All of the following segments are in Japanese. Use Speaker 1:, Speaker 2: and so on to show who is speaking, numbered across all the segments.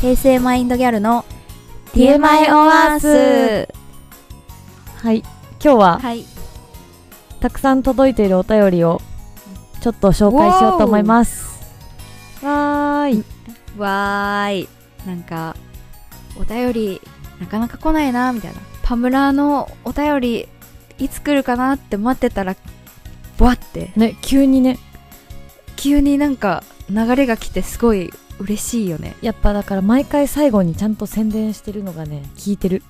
Speaker 1: 平成マインドギャルの
Speaker 2: TMI on Earth はい今日は
Speaker 1: はい
Speaker 2: たくさん届いているお便りをちょっと紹介しようと思いますわーい
Speaker 1: わーいなんかお便りなかなか来ないなみたいなパムラのお便りいつ来るかなって待ってたらバッて
Speaker 2: ね急にね
Speaker 1: 急になんか流れが来てすごい嬉しいよね
Speaker 2: やっぱだから毎回最後にちゃんと宣伝してるのがね聞いてる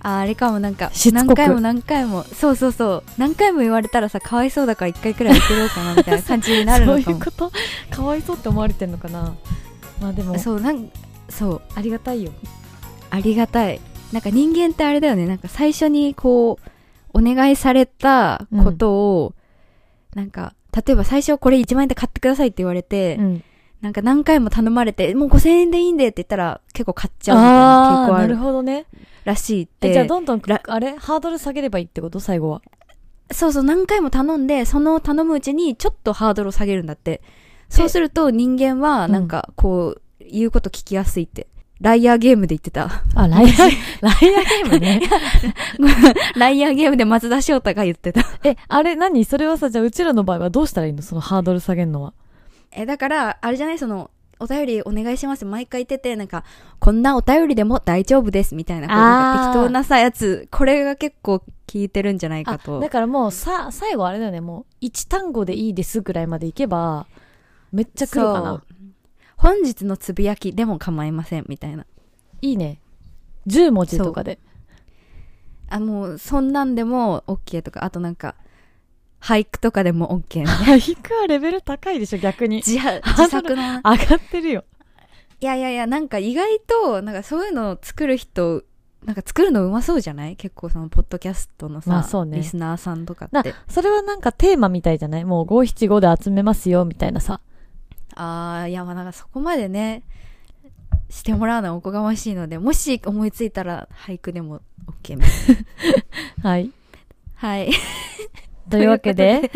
Speaker 1: ああれかもなんか
Speaker 2: しつ
Speaker 1: 何
Speaker 2: こく
Speaker 1: 回も何回もそうそうそう何回も言われたらさかわいそうだから一回くらい言ってみようかなみたいな感じになるの かも
Speaker 2: そういうこと かわいそうって思われてんのかなまあでも
Speaker 1: そうなんそう
Speaker 2: ありがたいよ
Speaker 1: ありがたいなんか人間ってあれだよねなんか最初にこうお願いされたことを、なんか例えば最初これ1万円で買ってくださいって言われて、
Speaker 2: ん
Speaker 1: なんか何回も頼まれてもう5000円でいいんでって言ったら結構買っちゃうみたいな傾
Speaker 2: あ
Speaker 1: 向
Speaker 2: ー
Speaker 1: あ
Speaker 2: なる
Speaker 1: る
Speaker 2: ほどね
Speaker 1: らしいっ
Speaker 2: え
Speaker 1: て
Speaker 2: じゃあどんどん
Speaker 1: ら
Speaker 2: あれハードル下げればいいってこと最後は
Speaker 1: そうそう、何回も頼んで、その頼むうちにちょっとハードルを下げるんだって。そうすると人間は、なんか、こう、言うこと聞きやすいって。ライアーゲームで言ってた。
Speaker 2: あライア ーライアーゲームね
Speaker 1: ライアーゲームで松田翔太が言ってた。
Speaker 2: え、あれ何それはさ、じゃあうちらの場合はどうしたらいいのそのハードル下げるのは。
Speaker 1: え、だから、あれじゃないその、お便りお願いします。毎回言ってて、なんか、こんなお便りでも大丈夫です。みたいな、こうなんか
Speaker 2: あー
Speaker 1: 適当なさ、やつ。これが結構効いてるんじゃないか
Speaker 2: あ、
Speaker 1: と
Speaker 2: だ。からもうさ、最後あれだよね、もう1単語でいいですぐらいまでいけば、めっちゃ来るか
Speaker 1: そ
Speaker 2: な
Speaker 1: う。本日のつぶやきでも構いません。みたいな。
Speaker 2: いいね。10文字とかで。
Speaker 1: あもうそんなんでも OK とかあとなんか俳句とかでも OK ね
Speaker 2: 俳句はレベル高いでしょ、逆に。
Speaker 1: 自発 自作の
Speaker 2: 上がってるよ。
Speaker 1: いやいやいやなんか意外となんかそういうのを作る人なんか作るのうまそうじゃない結構そのポッドキャストのさ、
Speaker 2: まあそうね
Speaker 1: リスナーさんとかっ
Speaker 2: な
Speaker 1: て、
Speaker 2: それはなんかテーマみたいじゃないもう五七五で集めますよ、みたいなさ。
Speaker 1: あーいやまあなんかそこまでねしてもらうのはおこがましいのでもし思いついたら俳句でも OK みたいな
Speaker 2: はい。
Speaker 1: はい
Speaker 2: というわけで、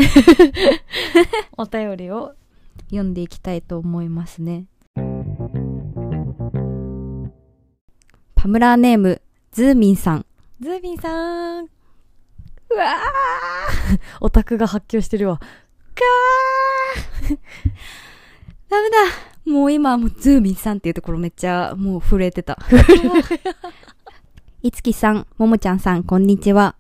Speaker 2: お便りを
Speaker 1: 読んでいきたいと思いますねパムラーネームズーミンさん
Speaker 2: ズービンさん、
Speaker 1: うわ
Speaker 2: オタクが発狂してるわ。
Speaker 1: ダメだもう今もうズーミンさんっていうところめっちゃもう震えてた いつきさんももちゃんさんこんにちは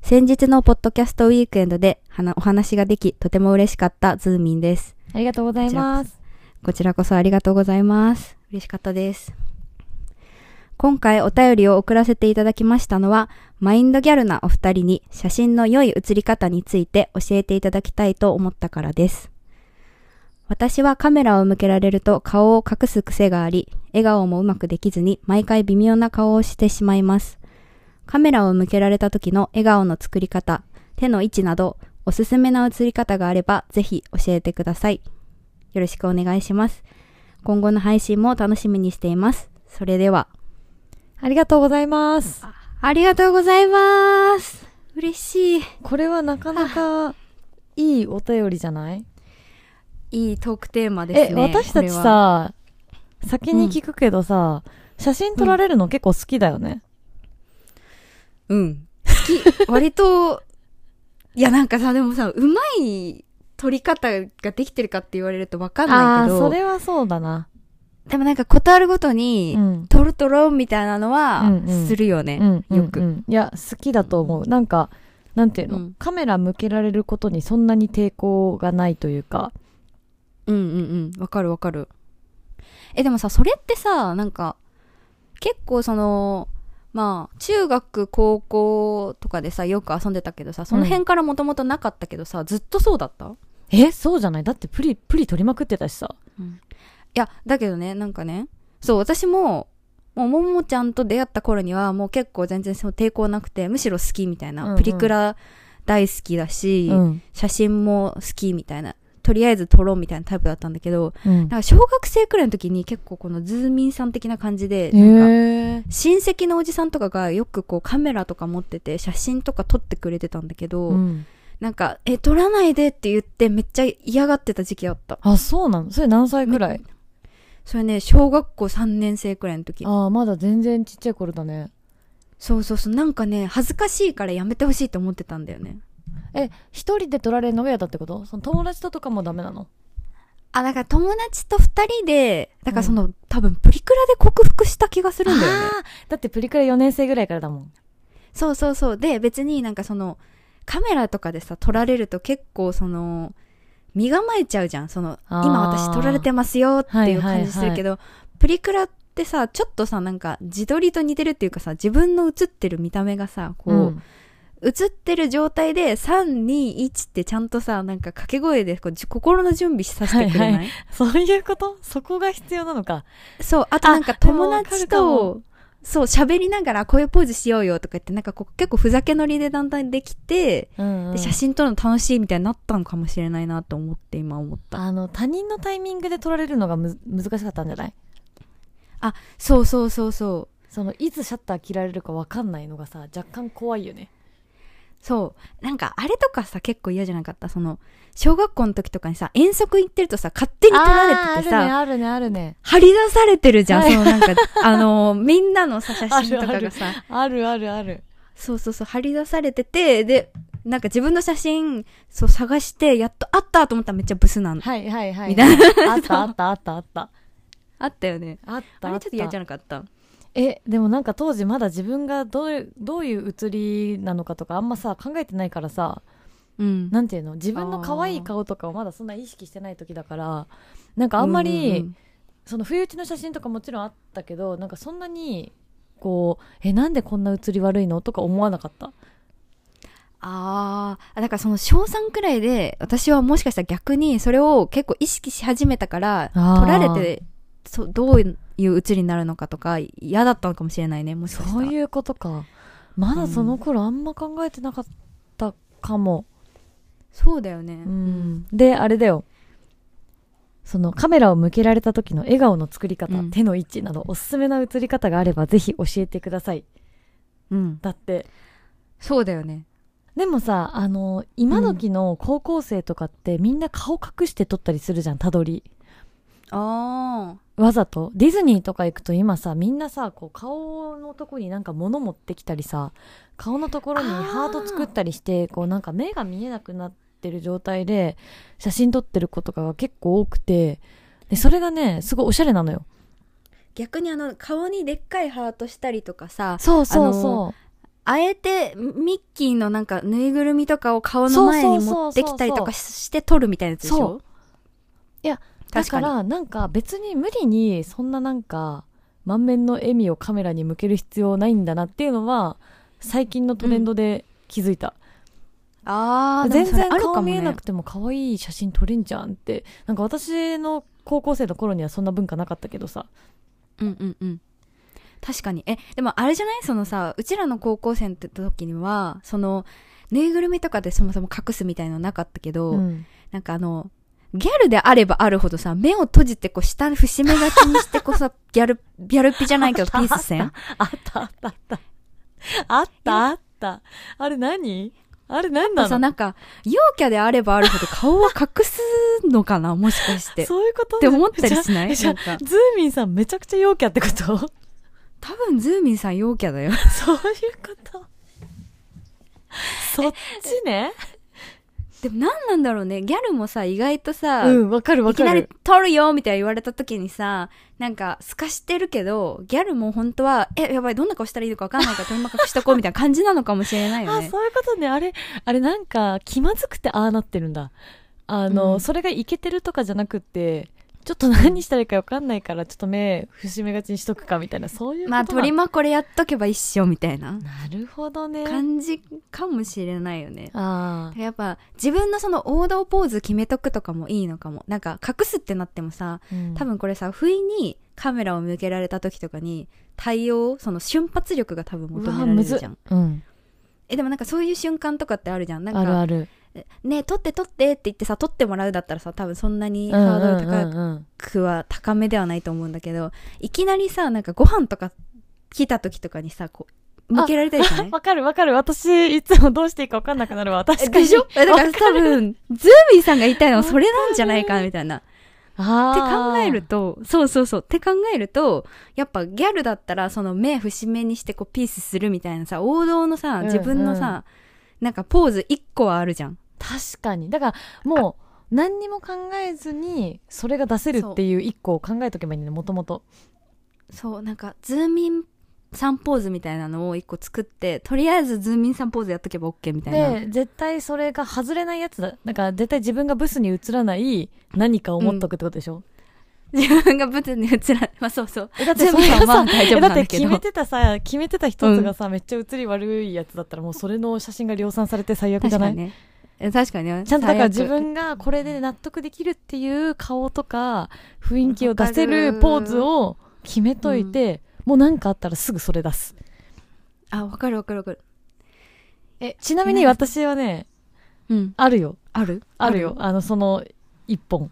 Speaker 1: 先日のポッドキャストウィークエンドではなお話ができとても嬉しかったズーミンです
Speaker 2: ありがとうございます。
Speaker 1: こちらこそありがとうございます。嬉しかったです。今回お便りを送らせていただきましたのは、マインドギャルなお二人に写真の良い写り方について教えていただきたいと思ったからです。私はカメラを向けられると顔を隠す癖があり、笑顔もうまくできずに毎回微妙な顔をしてしまいます。カメラを向けられた時の笑顔の作り方、手の位置など、おすすめな写り方があればぜひ教えてください。よろしくお願いします。今後の配信も楽しみにしています。それでは。
Speaker 2: ありがとうございます。
Speaker 1: ありがとうございます。嬉しい。
Speaker 2: これはなかなか いいお便りじゃない、
Speaker 1: いいトークテーマです
Speaker 2: え、
Speaker 1: ね。
Speaker 2: 私たち
Speaker 1: これは、
Speaker 2: さ、先に聞くけどさ、写真撮られるの結構好きだよね。
Speaker 1: うん。好き。割と、いやなんかさ、でもさ、うまい撮り方ができてるかって言われるとわかん
Speaker 2: あ
Speaker 1: な
Speaker 2: あ
Speaker 1: いけ
Speaker 2: ー、そ
Speaker 1: ど、
Speaker 2: れはそうだな。
Speaker 1: でもなんかことあるごとに、
Speaker 2: うん。
Speaker 1: 撮る撮ろうみたいなのは
Speaker 2: うんうん
Speaker 1: するよね。
Speaker 2: うん、うん
Speaker 1: よく
Speaker 2: うんいや、好きだと思う。なんか、なんていうの、
Speaker 1: うん
Speaker 2: カメラ向けられることにそんなに抵抗がないというか。
Speaker 1: うんうんうんわかるわかるえでもさそれってさなんか結構そのまあ中学高校とかでさよく遊んでたけどさその辺からもともとなかったけどさ、ずっとそうだったい
Speaker 2: え、そうじゃないだってプリ、プリ撮りまくってたしさ。
Speaker 1: やだけどねなんかねそう私ももうももちゃんと出会った頃にはもう結構全然その抵抗なくてむしろ好きみたいな、
Speaker 2: うんうん
Speaker 1: プリクラ大好きだし、
Speaker 2: うん。
Speaker 1: 写真も好きみたいなとりあえず撮ろうみたいなタイプだったんだけど
Speaker 2: うん
Speaker 1: なんか小学生くらいの時に結構このズーミンさん的な感じで、なんか
Speaker 2: へえ。
Speaker 1: 親戚のおじさんとかがよくこうカメラとか持ってて写真とか撮ってくれてたんだけど、
Speaker 2: うん。
Speaker 1: なんか、え、撮らないでって言ってめっちゃ嫌がってた時期あった。
Speaker 2: あ、そうなのそれ何歳ぐらい
Speaker 1: それね小学校3年生くらいの時
Speaker 2: ああまだ全然ちっちゃい頃だね
Speaker 1: そうそうそうなんかね恥ずかしいからやめてほしいと思ってたんだよね
Speaker 2: え一人で撮られるのが嫌だってことその友達ととかもダメなの
Speaker 1: あだから友達と2人でだからその、多分プリクラで克服した気がするんだよ ね
Speaker 2: あーだってプリクラ4年生ぐらいからだもん
Speaker 1: そうそうそうで別になんかそのカメラとかでさ撮られると結構その身構えちゃうじゃんその
Speaker 2: あー
Speaker 1: 今私撮られてますよっていう
Speaker 2: はいはいは
Speaker 1: 感
Speaker 2: い
Speaker 1: じするけど、プリクラってさちょっとさなんか自撮りと似てるっていうかさ自分の写ってる見た目がさこう、
Speaker 2: うん
Speaker 1: 映ってる状態で321ってちゃんとさなんか掛け声でこうじ心の準備させてくれない、
Speaker 2: はいそう いうことそこが必要なのか
Speaker 1: そうあとなんか
Speaker 2: あでも
Speaker 1: 友
Speaker 2: わかる
Speaker 1: 達
Speaker 2: かも
Speaker 1: とそう喋りながらこういうポーズしようよとか言ってなんかこう結構ふざけノリでだんだんできて、
Speaker 2: うん、う
Speaker 1: で
Speaker 2: ん、
Speaker 1: 写真撮るの楽しいみたいになったのかもしれないなと思って今思った
Speaker 2: あの他人のタイミングで撮られるのがむ難しかったんじゃない
Speaker 1: そうそうそうそう
Speaker 2: そのいつシャッター切られるか分かんないのがさ若干怖いよね
Speaker 1: そうなんかあれとかさ結構嫌じゃなかったその小学校の時とかにさ遠足行ってるとさ勝手に撮られててさ
Speaker 2: あーあるねあるね
Speaker 1: 張り出されてるじゃん、
Speaker 2: はい
Speaker 1: そのなん か、あのーみんなのさ、写真と
Speaker 2: あ
Speaker 1: か
Speaker 2: る
Speaker 1: がさ、
Speaker 2: あるあるあるある
Speaker 1: そうそうそう、張り出されてて、で、なんか自分の写真、そう探して、やっとあったと思ったらめっちゃブスなん
Speaker 2: はいはいはい
Speaker 1: みたい
Speaker 2: あったあったあったあった
Speaker 1: あったよね。
Speaker 2: あった
Speaker 1: あれちょっと嫌じゃ
Speaker 2: ん
Speaker 1: なかった
Speaker 2: えでもなんか当時まだ自分がどういうどういう写りなのかとかあんまさ考えてないからさ
Speaker 1: うん。
Speaker 2: なんていうの自分の可愛い顔とかをまだそんな意識してない時だからなんかあんまり、
Speaker 1: うう
Speaker 2: その冬打ちの写真とかもちろんあったけどなんかそんなにこうえなんでこんな写り悪いのとか思わなかった
Speaker 1: あーあ、だからその小3くらいで、私はもしかしたら逆にそれを結構意識し始めたから、
Speaker 2: あー
Speaker 1: 撮られて、そうどういう写りになるのかとか、嫌だったのかもしれないね、もしかしたら。
Speaker 2: そういうことかまだその頃あんま考えてなかったかも、
Speaker 1: そうだよね。
Speaker 2: うんであれだよそのカメラを向けられた時の笑顔の作り方、
Speaker 1: うん
Speaker 2: 手の位置などおすすめな写り方があればぜひ教えてください
Speaker 1: うん。
Speaker 2: だって
Speaker 1: そうだよね。
Speaker 2: でもさあの今時の高校生とかってみんな顔隠して撮ったりするじゃんたどり
Speaker 1: ああ。
Speaker 2: わざとディズニーとか行くと今さみんなさこう顔のとこになんか物持ってきたりさ顔のところに
Speaker 1: あー
Speaker 2: ハート作ったりしてこうなんか目が見えなくなってる状態で写真撮ってる子とかが結構多くてでそれがねすごいおしゃれなのよ
Speaker 1: 逆にあの顔にでっかいハートしたりとかさ
Speaker 2: そう
Speaker 1: そうそう
Speaker 2: そ
Speaker 1: あえてミッキーのなんかぬいぐるみとかを顔の前に持ってきたりとかして撮るみたいなやつでしょ
Speaker 2: そういやだ
Speaker 1: 確か
Speaker 2: か
Speaker 1: に
Speaker 2: らなんか別に無理にそんななんか満面の笑みをカメラに向ける必要ないんだなっていうのは最近のトレンドで気づいた、
Speaker 1: ああ
Speaker 2: 全然顔見えなくても可愛い写真撮れんじゃんってなんか私の高校生の頃にはそんな文化なかったけどさ
Speaker 1: うんうんうん確かにえでもあれじゃないそのさうちらの高校生の時にはそのぬいぐるみとかでそもそも隠すみたいのなかったけど、
Speaker 2: うん
Speaker 1: なんかあのギャルであればあるほどさ目を閉じてこう下に伏めがちにしてこうさ ギャルギャルピじゃないけ どピース線
Speaker 2: あったあったあったあったあったあれ何あれ何
Speaker 1: やっぱ
Speaker 2: な
Speaker 1: さ
Speaker 2: の
Speaker 1: なんか陽キャであればあるほど顔は隠すのかなもしかしてっ
Speaker 2: そういうこと
Speaker 1: て思ったりしない
Speaker 2: じゃ
Speaker 1: な
Speaker 2: あ
Speaker 1: んか
Speaker 2: じゃあズーミンさんめちゃくちゃ陽キャってことそういう
Speaker 1: 多分ズーミンさん陽キャだよ
Speaker 2: ことそっちね
Speaker 1: でも何なんだろうねギャルもさ意外とさ、
Speaker 2: うんわかるわ
Speaker 1: いき
Speaker 2: か
Speaker 1: なり
Speaker 2: る
Speaker 1: 撮るよみたいな言われた時にさなんか透かしてるけどギャルも本当はえやばいどんな顔したらいいのか分かんないから取り隠しとこうみたいな感じなのかもしれないよ
Speaker 2: あ
Speaker 1: ね
Speaker 2: そういうことねあれあれなんか気まずくてああなってるんだあの、
Speaker 1: うん
Speaker 2: それがイケてるとかじゃなくてちょっと何したらいいかわかんないからちょっと目伏めがちにしとくかみたいなそういうこと
Speaker 1: ま
Speaker 2: な
Speaker 1: あ
Speaker 2: の
Speaker 1: 取りまこれやっとけば一緒みたいな
Speaker 2: なるほどね
Speaker 1: 感じかもしれないよね
Speaker 2: あー
Speaker 1: やっぱ自分のその王道ポーズ決めとくとかもいいのかもなんか隠すってなってもさ
Speaker 2: うん
Speaker 1: 多分これさ不意にカメラを向けられた時とかに対応その瞬発力が多分求められるじ
Speaker 2: うわ
Speaker 1: ゃん
Speaker 2: うん
Speaker 1: えでもなんかそういう瞬間とかってあるじゃんなんか
Speaker 2: あるある
Speaker 1: ね撮って撮ってって言ってさ撮ってもらうだったらさ多分そんなに
Speaker 2: うんうん
Speaker 1: ハードル
Speaker 2: うん
Speaker 1: 高
Speaker 2: うん
Speaker 1: くは高めではないと思うんだけどいきなりさなんかご飯とか来た時とかにさこう向けられたりしない
Speaker 2: わかるわかる私いつもどうしていいかわかんなくなるわ確か
Speaker 1: え
Speaker 2: に
Speaker 1: でしょえだから
Speaker 2: わ
Speaker 1: 多分、ズーミーさんが言いたいのはそれなんじゃないかみたいな。って
Speaker 2: あ
Speaker 1: 考
Speaker 2: ー
Speaker 1: えると、そうそうそう。って考えると、やっぱギャルだったら、その目伏し目にしてこうピースするみたいなさ、王道のさ、
Speaker 2: うん
Speaker 1: 自分のさ、なんかポーズ一個はあるじゃん。
Speaker 2: 確かにだからもう何にも考えずにそれが出せるっていう一個を考えとけばいいんだねもともと
Speaker 1: そう、なんかズーミンさんポーズみたいなのを一個作って、とりあえずズーミンさんポーズやっとけば OK みたいな。
Speaker 2: で絶対それが外れないやつだだから絶対自分がブスに映らない何かを持っとくってことでしょ、
Speaker 1: 自分がブツに映ら、まあそうそう。
Speaker 2: えだって
Speaker 1: 全
Speaker 2: そ
Speaker 1: 部
Speaker 2: れ
Speaker 1: が
Speaker 2: が
Speaker 1: まあ
Speaker 2: さ
Speaker 1: 大丈夫
Speaker 2: え
Speaker 1: な
Speaker 2: だ
Speaker 1: ん
Speaker 2: っ
Speaker 1: だけ
Speaker 2: て決
Speaker 1: ど
Speaker 2: めてたさ決めてた一つがさ、めっちゃ映り悪いやつだったらもうそれの写真が量産されて最悪じ
Speaker 1: 確
Speaker 2: ゃな
Speaker 1: か
Speaker 2: い
Speaker 1: にね。え確かにね。
Speaker 2: ちゃんとだから自
Speaker 1: 最悪
Speaker 2: 分がこれで納得できるっていう顔とか雰囲気を出せるポーズを決めといて、もう何かあったらすぐそれ出す
Speaker 1: あ、わかるわかるわかる。え、
Speaker 2: ちなみに私はね
Speaker 1: うん。
Speaker 2: あるよ
Speaker 1: ある
Speaker 2: あるよ。あのその一本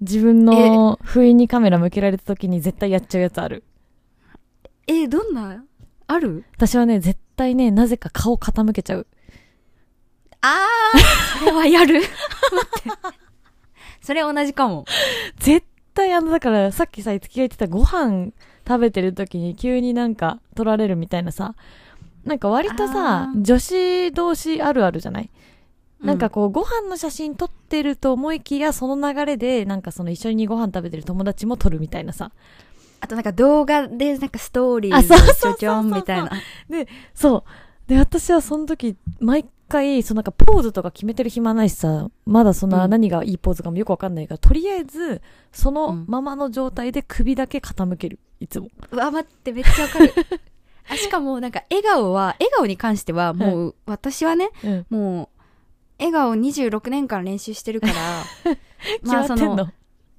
Speaker 2: 自分の不意にカメラ向けられた時に絶対やっちゃうやつある
Speaker 1: え、どんなある
Speaker 2: 私はね絶対ねなぜか顔傾けちゃう
Speaker 1: ああそれはやる 待って。それ同じかも。
Speaker 2: 絶対あのだからさっきさ付き合ってたご飯食べてる時に急になんか取られるみたいなさなんか割とさ
Speaker 1: あー
Speaker 2: 女子同士あるあるじゃない、なんかこうご飯の写真撮ってると思いきやその流れでなんかその一緒にご飯食べてる友達も撮るみたいなさ
Speaker 1: あとなんか動画でなんかストーリー
Speaker 2: あ
Speaker 1: ズ
Speaker 2: そうそうそう
Speaker 1: ち
Speaker 2: そう
Speaker 1: ょちょんみたいな。
Speaker 2: そうで私はその時毎回そのなんかポーズとか決めてる暇ないしさまだそん
Speaker 1: う
Speaker 2: なん何がいいポーズかもよくわかんないから、とりあえずそ
Speaker 1: うん
Speaker 2: のままの状態で首だけ傾けるいつも
Speaker 1: うわ、待って、めっちゃわ かる。あしかもなんか笑顔は、笑顔に関してはもう私はね、
Speaker 2: うん
Speaker 1: もう、笑顔26年間練習して るから、
Speaker 2: 決まってんの、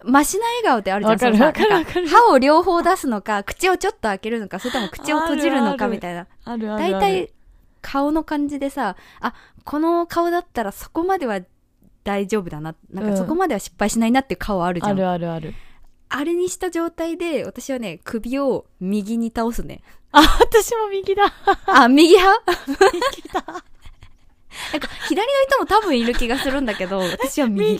Speaker 1: マシな笑顔ってあるじゃん。
Speaker 2: わかる
Speaker 1: そのさ
Speaker 2: わかる
Speaker 1: なん
Speaker 2: わかる
Speaker 1: 歯を両方出すのか、口をちょっと開けるのか、それとも口を閉じるのかみたいな。
Speaker 2: あるあるあ
Speaker 1: 大
Speaker 2: る
Speaker 1: 体、顔の感じでさ、あ、この顔だったらそこまでは大丈夫だな。なん
Speaker 2: う
Speaker 1: か
Speaker 2: ん
Speaker 1: そこまでは失敗しないなっていう顔あるじゃ
Speaker 2: あ
Speaker 1: ん。
Speaker 2: るあるある
Speaker 1: あれにした状態で、私はね、首を右に倒すね。
Speaker 2: あ私も右だ
Speaker 1: あ、右派
Speaker 2: 右 だ
Speaker 1: なんか左の人も多分いる気がするんだけ ど、私は
Speaker 2: 右に
Speaker 1: 右。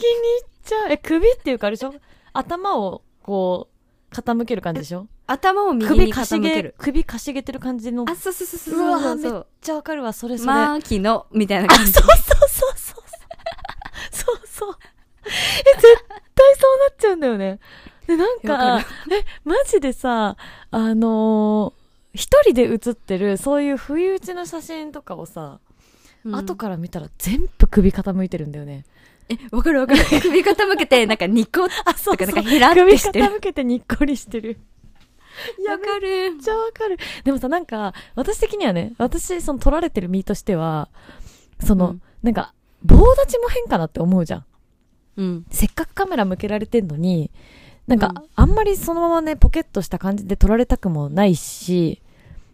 Speaker 2: 行っちゃうえ首っていうかあれでしょ頭をこう傾ける感じでしょ
Speaker 1: 頭を右
Speaker 2: 首
Speaker 1: に
Speaker 2: かし
Speaker 1: 傾け
Speaker 2: げ
Speaker 1: る。
Speaker 2: 首かしげてる感じのめ
Speaker 1: あ、
Speaker 2: っ
Speaker 1: そうそうそうそう
Speaker 2: うわ
Speaker 1: そうそうそ
Speaker 2: ちゃわかるわそれ
Speaker 1: う。
Speaker 2: それ、
Speaker 1: まあ、昨日、みたいな感じ。
Speaker 2: そうそうそうそうそうそうえ絶対そうなっちゃうんだよねでなんか
Speaker 1: わか
Speaker 2: えマジでさあのー一人で写ってるそういう不意打ちの写真とかをさ、
Speaker 1: うん
Speaker 2: 後から見たら全部首傾いてるんだよね。
Speaker 1: え、わかるわかる。 首傾けて、なんかニコッ
Speaker 2: あ、そ
Speaker 1: とか、なんかヘラっ
Speaker 2: 首
Speaker 1: てしてる。
Speaker 2: 傾けてにっこりしてる。いや、
Speaker 1: わ
Speaker 2: めっ
Speaker 1: かる。
Speaker 2: ちゃわかる。でもさ、なんか、私的にはね、私、その撮られてる身としては、その、
Speaker 1: うん
Speaker 2: なんか、棒立ちも変かなって思うじゃん。
Speaker 1: うん。
Speaker 2: せっかくカメラ向けられてんのに、なんか、
Speaker 1: うん
Speaker 2: あんまりそのままね、ポケットした感じで撮られたくもないし、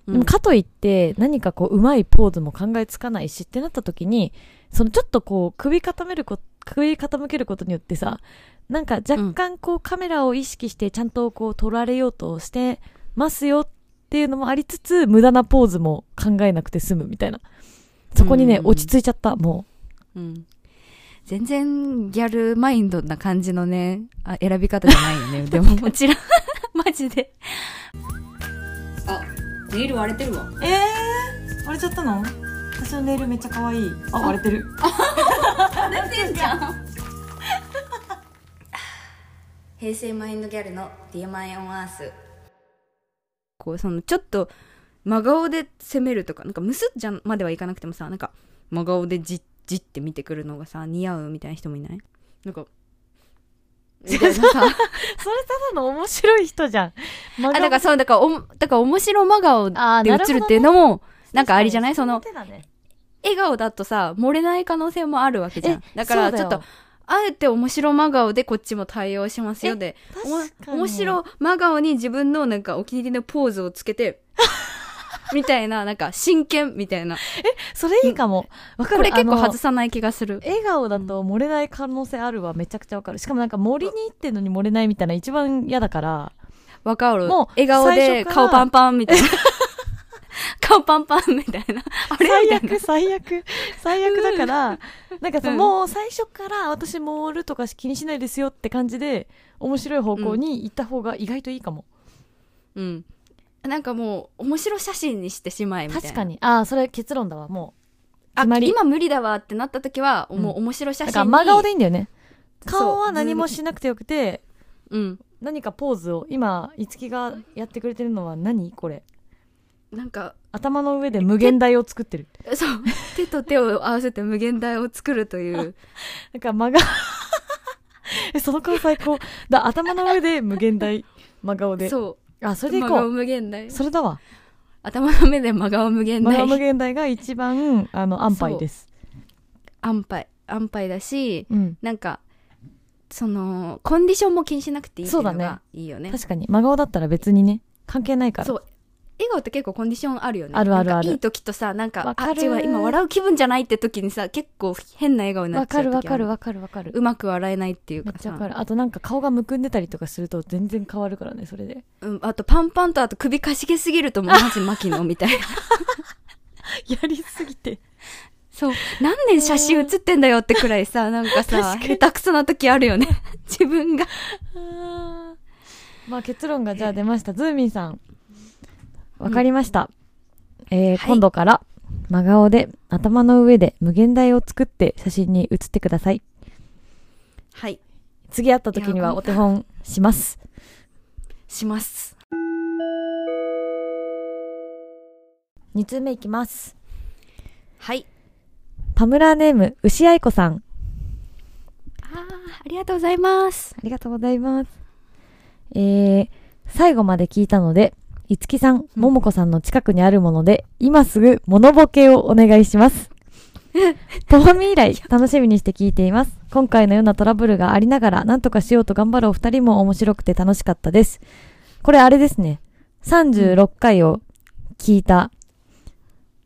Speaker 1: う
Speaker 2: でも
Speaker 1: ん
Speaker 2: かといって何かこううまいポーズも考えつかないしってなった時にそのちょっとこう首傾めるこ首傾けることによってさなんか若干こうカメラを意識してちゃんとこう撮られようとしてますよっていうのもありつつ無駄なポーズも考えなくて済むみたいなそこにね
Speaker 1: うん
Speaker 2: 落ち着いちゃったも
Speaker 1: うん。全然ギャルマインドな感じのね、あ選び方じゃないよ ね。でも、こちら、 マジで。あ、ネイル割れてるわ。
Speaker 2: うえー、割れちゃったの私のネイルめっちゃ可愛いあ割れてる
Speaker 1: 割れてんじゃん。 平成マインドギャルの DMI on Earth。こう、その、ちょっと、真顔で攻めるとか、なんか、むすっじゃんまではいかなくてもさ、なんか、真顔でじっじって見てくるのがさ、似合うみたいな人もいないなんか、みたいなさ。
Speaker 2: それただの面白い人じゃん
Speaker 1: あ、だからそう、だからおも、だから面白真顔で
Speaker 2: あー
Speaker 1: 映
Speaker 2: なるほど
Speaker 1: る
Speaker 2: ね
Speaker 1: っていうのも、なんかありじゃないその、
Speaker 2: 手だね
Speaker 1: 笑顔だとさ、漏れない可能性もあるわけじゃん
Speaker 2: え。
Speaker 1: だから、ち
Speaker 2: そ
Speaker 1: ょ
Speaker 2: う
Speaker 1: っ
Speaker 2: だよ
Speaker 1: と、あえて面白真顔でこっちも対応しますよで、おも
Speaker 2: 確かに
Speaker 1: 面白真顔に自分のなんかお気に入りのポーズをつけて、 みたいな、なんか真剣みたいな。
Speaker 2: それいいかもわかる
Speaker 1: これ結構
Speaker 2: あの
Speaker 1: 外さない気がする。
Speaker 2: 笑顔だと漏れない可能性あるわめちゃくちゃわかるしかもなんか森に行ってんのに漏れないみたいな一番嫌だから
Speaker 1: わかる。
Speaker 2: もう
Speaker 1: 笑顔
Speaker 2: 最
Speaker 1: で
Speaker 2: 初から
Speaker 1: 顔パンパンみたいな。顔パンパンみたいな。あれみたい
Speaker 2: 最
Speaker 1: な
Speaker 2: 悪、。最悪、最悪だから、なんかそう
Speaker 1: うん
Speaker 2: もう最初から私モールとか気にしないですよって感じで、面白い方向に行った方が意外といいかも。
Speaker 1: うん。なんかもう、面白写真にしてしまえみたいな。
Speaker 2: 確かに。ああ、それ結論だわ、もう。
Speaker 1: あ
Speaker 2: 決まり。
Speaker 1: 今無理だわってなった時は、
Speaker 2: うん
Speaker 1: もう面白写
Speaker 2: だ
Speaker 1: 真に。
Speaker 2: から真顔でいいんだよね。
Speaker 1: そう
Speaker 2: 顔は何もしなくてよくて、
Speaker 1: うん。
Speaker 2: 何かポーズを、今、いつきがやってくれてるのは何これ。
Speaker 1: なんか、
Speaker 2: 頭の上で無限大を作ってる。
Speaker 1: そう。手と手を合わせて無限大を作るという。
Speaker 2: なんか真顔。 え、その顔最高。だ、頭の上で無限大、真顔で。
Speaker 1: そ。
Speaker 2: あ、そうれでい
Speaker 1: 真
Speaker 2: こ
Speaker 1: 顔
Speaker 2: う。
Speaker 1: 無限大。
Speaker 2: それだわ。
Speaker 1: 頭の目で真顔無限
Speaker 2: 真顔
Speaker 1: 大
Speaker 2: 無。限大が一番、あの、安牌です。
Speaker 1: 安牌。安牌だし、
Speaker 2: うん。
Speaker 1: なんか、その、コンディションも気にしなくていいっていうの
Speaker 2: そうだね
Speaker 1: がいいよね。
Speaker 2: 確かに。真顔だったら別にね、関係ないから。
Speaker 1: そう笑顔って結構コンディションあるよね
Speaker 2: あるある
Speaker 1: なん
Speaker 2: あ
Speaker 1: か
Speaker 2: る
Speaker 1: いい時とさなんか
Speaker 2: わ
Speaker 1: あ
Speaker 2: か
Speaker 1: っ
Speaker 2: る
Speaker 1: ちは今笑う気分じゃないって時にさ結構変な笑顔にな
Speaker 2: わ
Speaker 1: っちゃ
Speaker 2: か
Speaker 1: う時
Speaker 2: るわかる
Speaker 1: あ
Speaker 2: わかるわかる。
Speaker 1: うまく笑えないっていう
Speaker 2: め
Speaker 1: か
Speaker 2: っちゃ
Speaker 1: さ
Speaker 2: わかる。あとなんか顔がむくんでたりとかすると全然変わるからね、それで。
Speaker 1: うん、あとパンパンとあと首かしげすぎるともうマジ牧野みたい な
Speaker 2: やりすぎて。
Speaker 1: そう何年写真写ってんだよってくらいさなんかさ
Speaker 2: 確かに
Speaker 1: 下手くそな時あるよね 自分が
Speaker 2: まあ結論がじゃあ出ました。ズーミンさん。わかりました。えー
Speaker 1: はい
Speaker 2: 今度から真顔で頭の上で無限大を作って写真に写ってください。
Speaker 1: はい
Speaker 2: 次会った時に
Speaker 1: いや
Speaker 2: は
Speaker 1: こ
Speaker 2: お手本します。
Speaker 1: します
Speaker 2: 2通目いきます。
Speaker 1: はい
Speaker 2: パムラーネーム、牛愛子さん。
Speaker 1: あーありがとうございます
Speaker 2: ありがとうございます。えー、最後まで聞いたので、いつきさん、ももこさんの近くにあるもので、今すぐモノボケをお願いします。ともみ以来、楽しみにして聞いています。今回のようなトラブルがありながら、なんとかしようと頑張るお二人も面白くて楽しかったです。これあれですね。36回を聞いた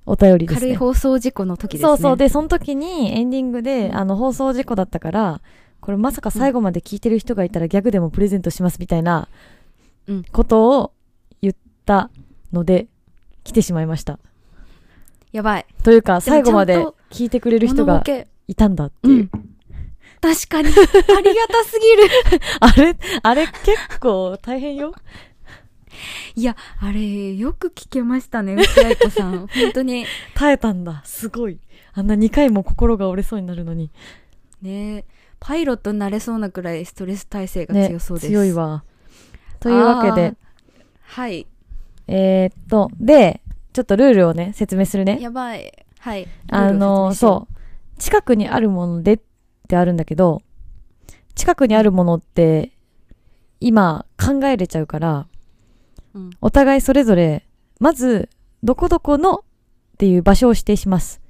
Speaker 2: お便りですね。
Speaker 1: 軽い放送事故の時ですね
Speaker 2: そうそう。で、その時にエンディングで、あの、放送事故だったから、これまさか最後まで聞いてる人がいたらギャグでもプレゼントしますみたいな
Speaker 1: うん、
Speaker 2: ことを言ったので、来てしまいました。
Speaker 1: やばい
Speaker 2: という
Speaker 1: で
Speaker 2: か、
Speaker 1: もちゃん
Speaker 2: 最
Speaker 1: と
Speaker 2: 後まで聞いてくれる人
Speaker 1: 物ボ
Speaker 2: が
Speaker 1: ケ
Speaker 2: いたんだっていう。
Speaker 1: うん確 かにありがたすぎる
Speaker 2: あれ、あれ結構大変よ。
Speaker 1: いや、あれ、よく聞けましたね、内愛子さ ん。本当に。
Speaker 2: 耐えたんだ。すごい。あんな2回も心が折れそうになるのに。
Speaker 1: ねパイロットになれそうなくらいストレス耐性が
Speaker 2: ね、
Speaker 1: 強そうです。
Speaker 2: 強い。わ。というわけで、
Speaker 1: はい。
Speaker 2: えーっと、で、ちょっとルールをね、説明するね。
Speaker 1: やばい。はい。
Speaker 2: あの、
Speaker 1: そ
Speaker 2: そう。近くにあるものでってあるんだけど、近くにあるものって、今考えれちゃうから、
Speaker 1: う。うん。
Speaker 2: お互いそれぞれ、まず、どこどこのっていう場所を指定します。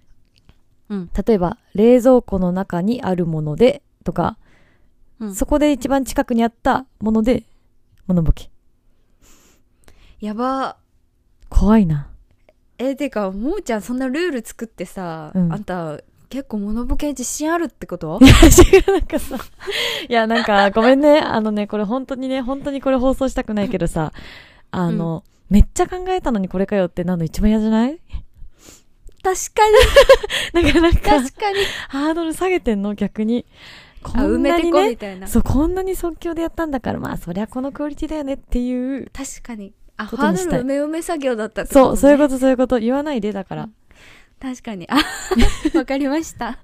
Speaker 1: うん。
Speaker 2: 例えば、冷蔵庫の中にあるものでとか、
Speaker 1: うん、
Speaker 2: そこで一番近くにあったもので、モノボケ。
Speaker 1: やば。
Speaker 2: 怖いな。
Speaker 1: え、てか、もーちゃんそんなルール作ってさ、
Speaker 2: うん
Speaker 1: あんた、結構モノボケ自信あるってこと
Speaker 2: いや違うなんかさ、いや、なんか、ごめんね。あのね、これ本当にね、本当にこれ放送したくないけどさ、あの、めっちゃ考えたのにこれかよってなの一番嫌じゃない
Speaker 1: 確かに、
Speaker 2: なんか、なんか、
Speaker 1: 確かに。
Speaker 2: ハードル下げてんの逆に。こ
Speaker 1: あ、埋
Speaker 2: んな
Speaker 1: めて
Speaker 2: に
Speaker 1: こう
Speaker 2: ね、
Speaker 1: みたいな。
Speaker 2: そう、こんなに即興でやったんだから、まあ、そりゃこのクオリティだよねっていう。
Speaker 1: 確かに。あ、
Speaker 2: こ
Speaker 1: ハ
Speaker 2: とに
Speaker 1: ー
Speaker 2: し
Speaker 1: ド
Speaker 2: たい
Speaker 1: ル埋め埋め作業だったってことね
Speaker 2: そう、そういうこと、そういうこと。言わないで、だから。
Speaker 1: 確かに。あ、 わかりました。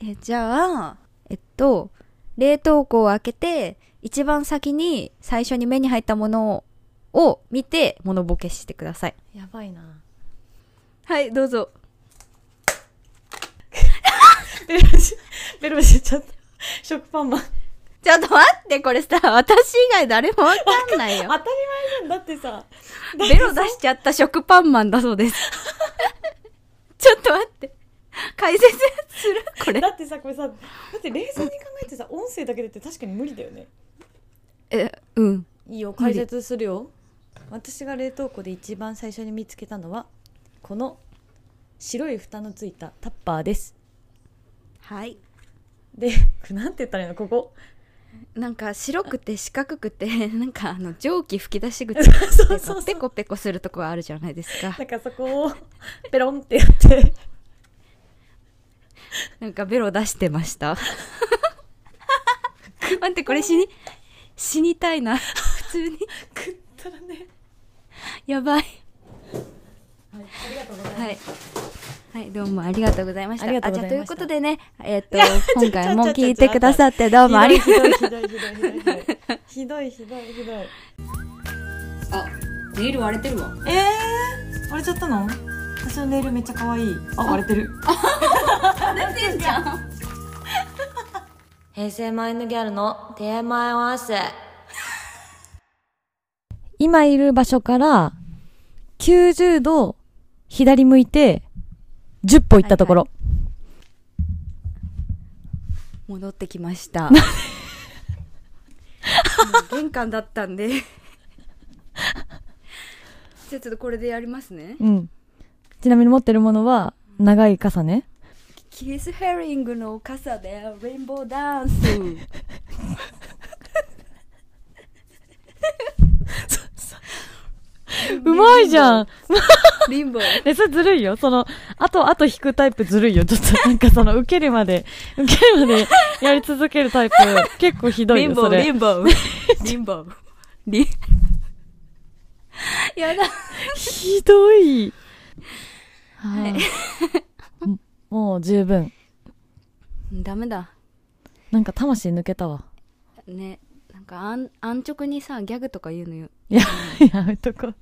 Speaker 1: え、じゃあ、えっと、冷凍庫を開けて、一番先に最初に目に入ったものを見て、モノボケしてください。
Speaker 2: やばいな。
Speaker 1: はい、どうぞ。
Speaker 2: ベロベロし、ベロベロしちゃった。食パンマン。
Speaker 1: ちょっと待って、これさ、私以外誰もわかんない
Speaker 2: 当
Speaker 1: よ
Speaker 2: た。り前じゃん。だってさ、
Speaker 1: ベロ出しちゃった食パンマンだそう です。ちょっと待って。解説するこれ
Speaker 2: だ。ってさこれさだって冷静に考えてさ音声だけでって確かに無理だよね
Speaker 1: え、うん。
Speaker 2: いいよ
Speaker 1: 解
Speaker 2: 解
Speaker 1: 説
Speaker 2: 説するよ私が冷凍庫で一番最初に見つけたのはこの白い蓋のついたタッパーです
Speaker 1: はい。
Speaker 2: でなんて言ったらいいのここ
Speaker 1: なんか白くて四角くて なんかあの蒸気吹き出し口
Speaker 2: そうそう
Speaker 1: ペコペコするとこはあるじゃないですか
Speaker 2: なんかそこをペロンってやって
Speaker 1: なんかベロ出してました 待ってこれ死に死にたいな普通に
Speaker 2: 食ったらね、
Speaker 1: やばい
Speaker 2: はい、ありがとうございます、
Speaker 1: はい。はい、どうもありがとうございました。
Speaker 2: ありがとうござい
Speaker 1: あじゃあという
Speaker 2: ました
Speaker 1: ことでね、えっ、と
Speaker 2: いや、
Speaker 1: 今回も
Speaker 2: ちょちょち
Speaker 1: 聞
Speaker 2: ょちょ
Speaker 1: いてくださってどうもありがとう。
Speaker 2: ひどいひどいひどいひどいひどいひどいひどい
Speaker 1: あ、ネイル割れてるわ。
Speaker 2: えー、割れちゃったの私のネイルめっちゃ可愛いあ割れてる
Speaker 3: 平成マインドギャルのテーマ合わせ。
Speaker 2: 今いる場所から90度左向いて10歩行ったところ、
Speaker 1: 戻ってきました。もう玄関だったんで。じゃあちょっとこれでやりますね。
Speaker 2: うんちなみに持ってるものは長い傘ね
Speaker 1: キスヘリングの傘でレインボーダンス。
Speaker 2: うまいじゃん
Speaker 1: リンボー。
Speaker 2: え、それずるいよ。その、あと、あと引くタイプずるいよ。ちょっ となんかその、受けるまで、受けるまでやり続けるタイプ、結構ひどい
Speaker 1: リン
Speaker 2: よ、
Speaker 1: ボ
Speaker 2: そ
Speaker 1: ー、リ
Speaker 2: れ。
Speaker 1: ンボー。リンボー。リン。やだ。
Speaker 2: ひどい。
Speaker 1: はい
Speaker 2: はあも もう十分。
Speaker 1: ダメだ。
Speaker 2: なんか魂抜けたわ。
Speaker 1: ねなんかあん安直にさギャグとか言うのよ
Speaker 2: いや、やめとこう。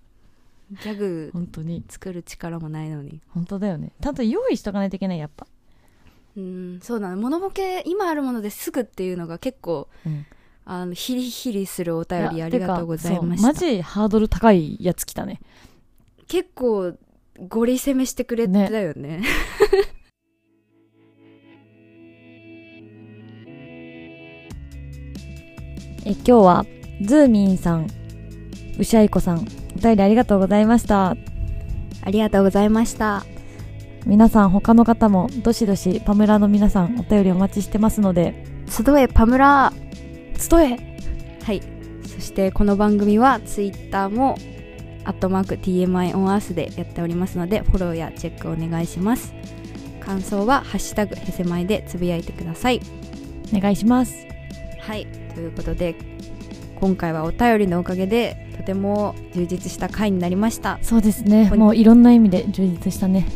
Speaker 1: ギャグ
Speaker 2: 本当に。
Speaker 1: 作る力もないのに
Speaker 2: 本当だよね。ちゃんと用意しとかないといけない、やっぱ。
Speaker 1: うんそうなのモノボケ今あるものですぐっていうのが結構
Speaker 2: うん。
Speaker 1: あのヒリヒリするお
Speaker 2: お
Speaker 1: 便りありがとうございま
Speaker 2: マ
Speaker 1: した
Speaker 2: ジハードル高いやつ来たね。
Speaker 1: 結構ゴリ攻めしてくれてたよね
Speaker 2: え今日はズーミンさんウシャイコさんお便りありがとうございました
Speaker 1: ありがとうございました
Speaker 2: 皆さん他の方もどしどしパムラの皆さんお便りお待ちしてますので
Speaker 1: 集えパムラ
Speaker 2: 集え
Speaker 1: はいそしてこの番組はツイッターもアットマーク TMI オンアースでやっておりますのでフォローやチェックお願いします感想はハッシュタグへせまいでつぶやいてください
Speaker 2: お願いします
Speaker 1: はいということで今回はお便りのおかげでとても充実した回になりました
Speaker 2: そうですね
Speaker 1: こん
Speaker 2: もういろんな意味で充実したね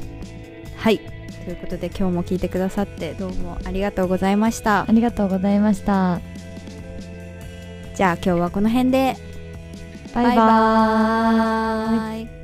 Speaker 1: はいということで今日も聞いてくださってどうもありがとうございました
Speaker 2: ありがとうございました
Speaker 1: じゃあ今日はこの辺で
Speaker 2: バイバー
Speaker 1: バイ
Speaker 2: イ
Speaker 1: バーイ